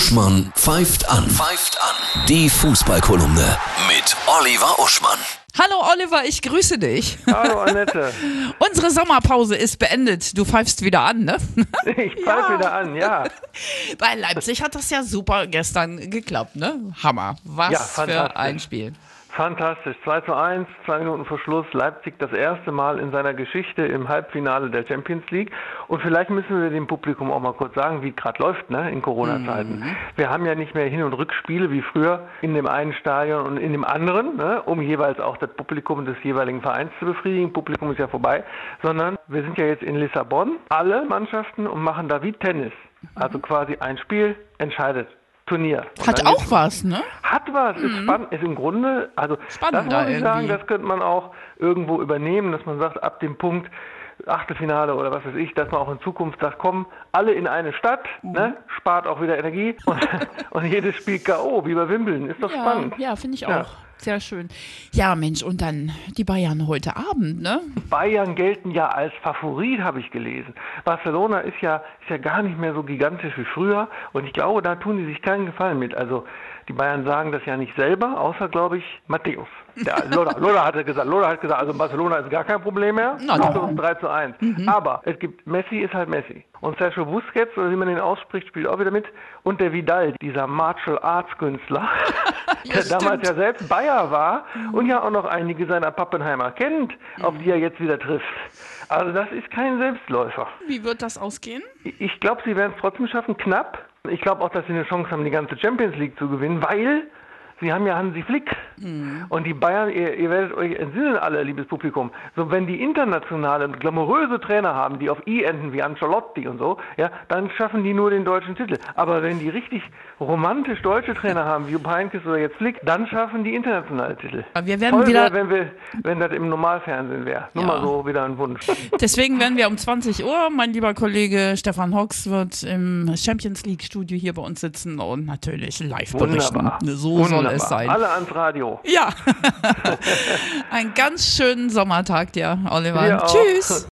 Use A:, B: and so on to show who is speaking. A: Uschmann pfeift an. Pfeift an. Die Fußballkolumne mit Oliver Uschmann.
B: Hallo Oliver, ich grüße dich.
C: Hallo Annette.
B: Unsere Sommerpause ist beendet. Du pfeifst wieder an, ne?
C: Ich pfeife wieder an, ja.
B: Bei Leipzig hat das ja super gestern geklappt, ne? Hammer. Was
C: Ja,
B: für
C: fantastisch.
B: ein Spiel.
C: Fantastisch. 2 zu 1, zwei Minuten vor Schluss. Leipzig das erste Mal in seiner Geschichte im Halbfinale der Champions League. Und vielleicht müssen wir dem Publikum auch mal kurz sagen, wie es gerade läuft ne, in Corona-Zeiten.
B: Mhm.
C: Wir haben ja nicht mehr Hin- und Rückspiele wie früher in dem einen Stadion und in dem anderen, ne, um jeweils auch das Publikum des jeweiligen Vereins zu befriedigen. Publikum ist ja vorbei. Sondern wir sind ja jetzt in Lissabon, alle Mannschaften, und machen da wie Tennis. Also quasi ein Spiel entscheidet. Turnier. Und
B: Mhm. Hat
C: dann
B: auch was, ne?
C: Hat was, ist spannend, ist im Grunde, also das
B: Spannender
C: muss ich sagen,
B: irgendwie.
C: das könnte man auch irgendwo übernehmen, dass man sagt, ab dem Punkt Achtelfinale oder was weiß ich, dass man auch in Zukunft sagt, kommen alle in eine Stadt,
B: Mhm.
C: ne, spart auch wieder Energie und, und jedes Spiel K.O., wie bei Wimbledon, ist doch
B: Ja,
C: spannend.
B: ja finde ich auch.
C: Ja.
B: Sehr schön. Ja, Mensch, und dann die Bayern heute Abend, ne?
C: Bayern gelten ja als Favorit, habe ich gelesen. Barcelona ist ja, ist ja gar nicht mehr so gigantisch wie früher und ich glaube, da tun die sich keinen Gefallen mit. Also die Bayern sagen das ja nicht selber, außer, glaube ich, Matthäus. Der Lola, Lola hatte gesagt, Lola hat gesagt, also Barcelona ist gar kein Problem mehr.
B: Na,
C: Macht
B: doch.
C: uns 3 zu 1. Aber es gibt, Messi ist halt Messi. Und Sergio Busquets, oder wie man den ausspricht, spielt auch wieder mit. Und der Vidal, dieser Martial Arts Künstler, der
B: stimmt.
C: damals ja selbst Bayer war und ja auch noch einige seiner Pappenheimer kennt, auf die er jetzt wieder trifft. Also das ist kein Selbstläufer.
B: Wie wird das ausgehen?
C: Ich glaube, sie werden es trotzdem schaffen, knapp. Ich glaube auch, dass sie eine Chance haben, die ganze Champions League zu gewinnen, weil sie haben ja Hansi Flick.
B: Mhm.
C: Und die Bayern, ihr, ihr werdet euch entsinnen alle, liebes Publikum, so wenn die internationale und glamouröse Trainer haben, die auf I enden, wie Ancelotti und so, ja, dann schaffen die nur den deutschen Titel. Aber wenn die richtig romantisch deutsche Trainer haben, wie Jupp Heynckes oder jetzt Flick, dann schaffen die internationale Titel.
B: Aber wir werden
C: Toll
B: wieder-
C: wär, wenn, wir, wenn das im Normalfernsehen wäre. Nur
B: Ja.
C: mal so wieder ein Wunsch.
B: Deswegen werden wir um 20 Uhr, mein lieber Kollege Stefan Hox wird im Champions League Studio hier bei uns sitzen und natürlich live berichten.
C: Wunderbar.
B: So soll
C: Wunderbar.
B: es sein.
C: Alle ans Radio.
B: Ja. Einen ganz schönen Sommertag dir, Oliver.
C: Dir auch.
B: Tschüss.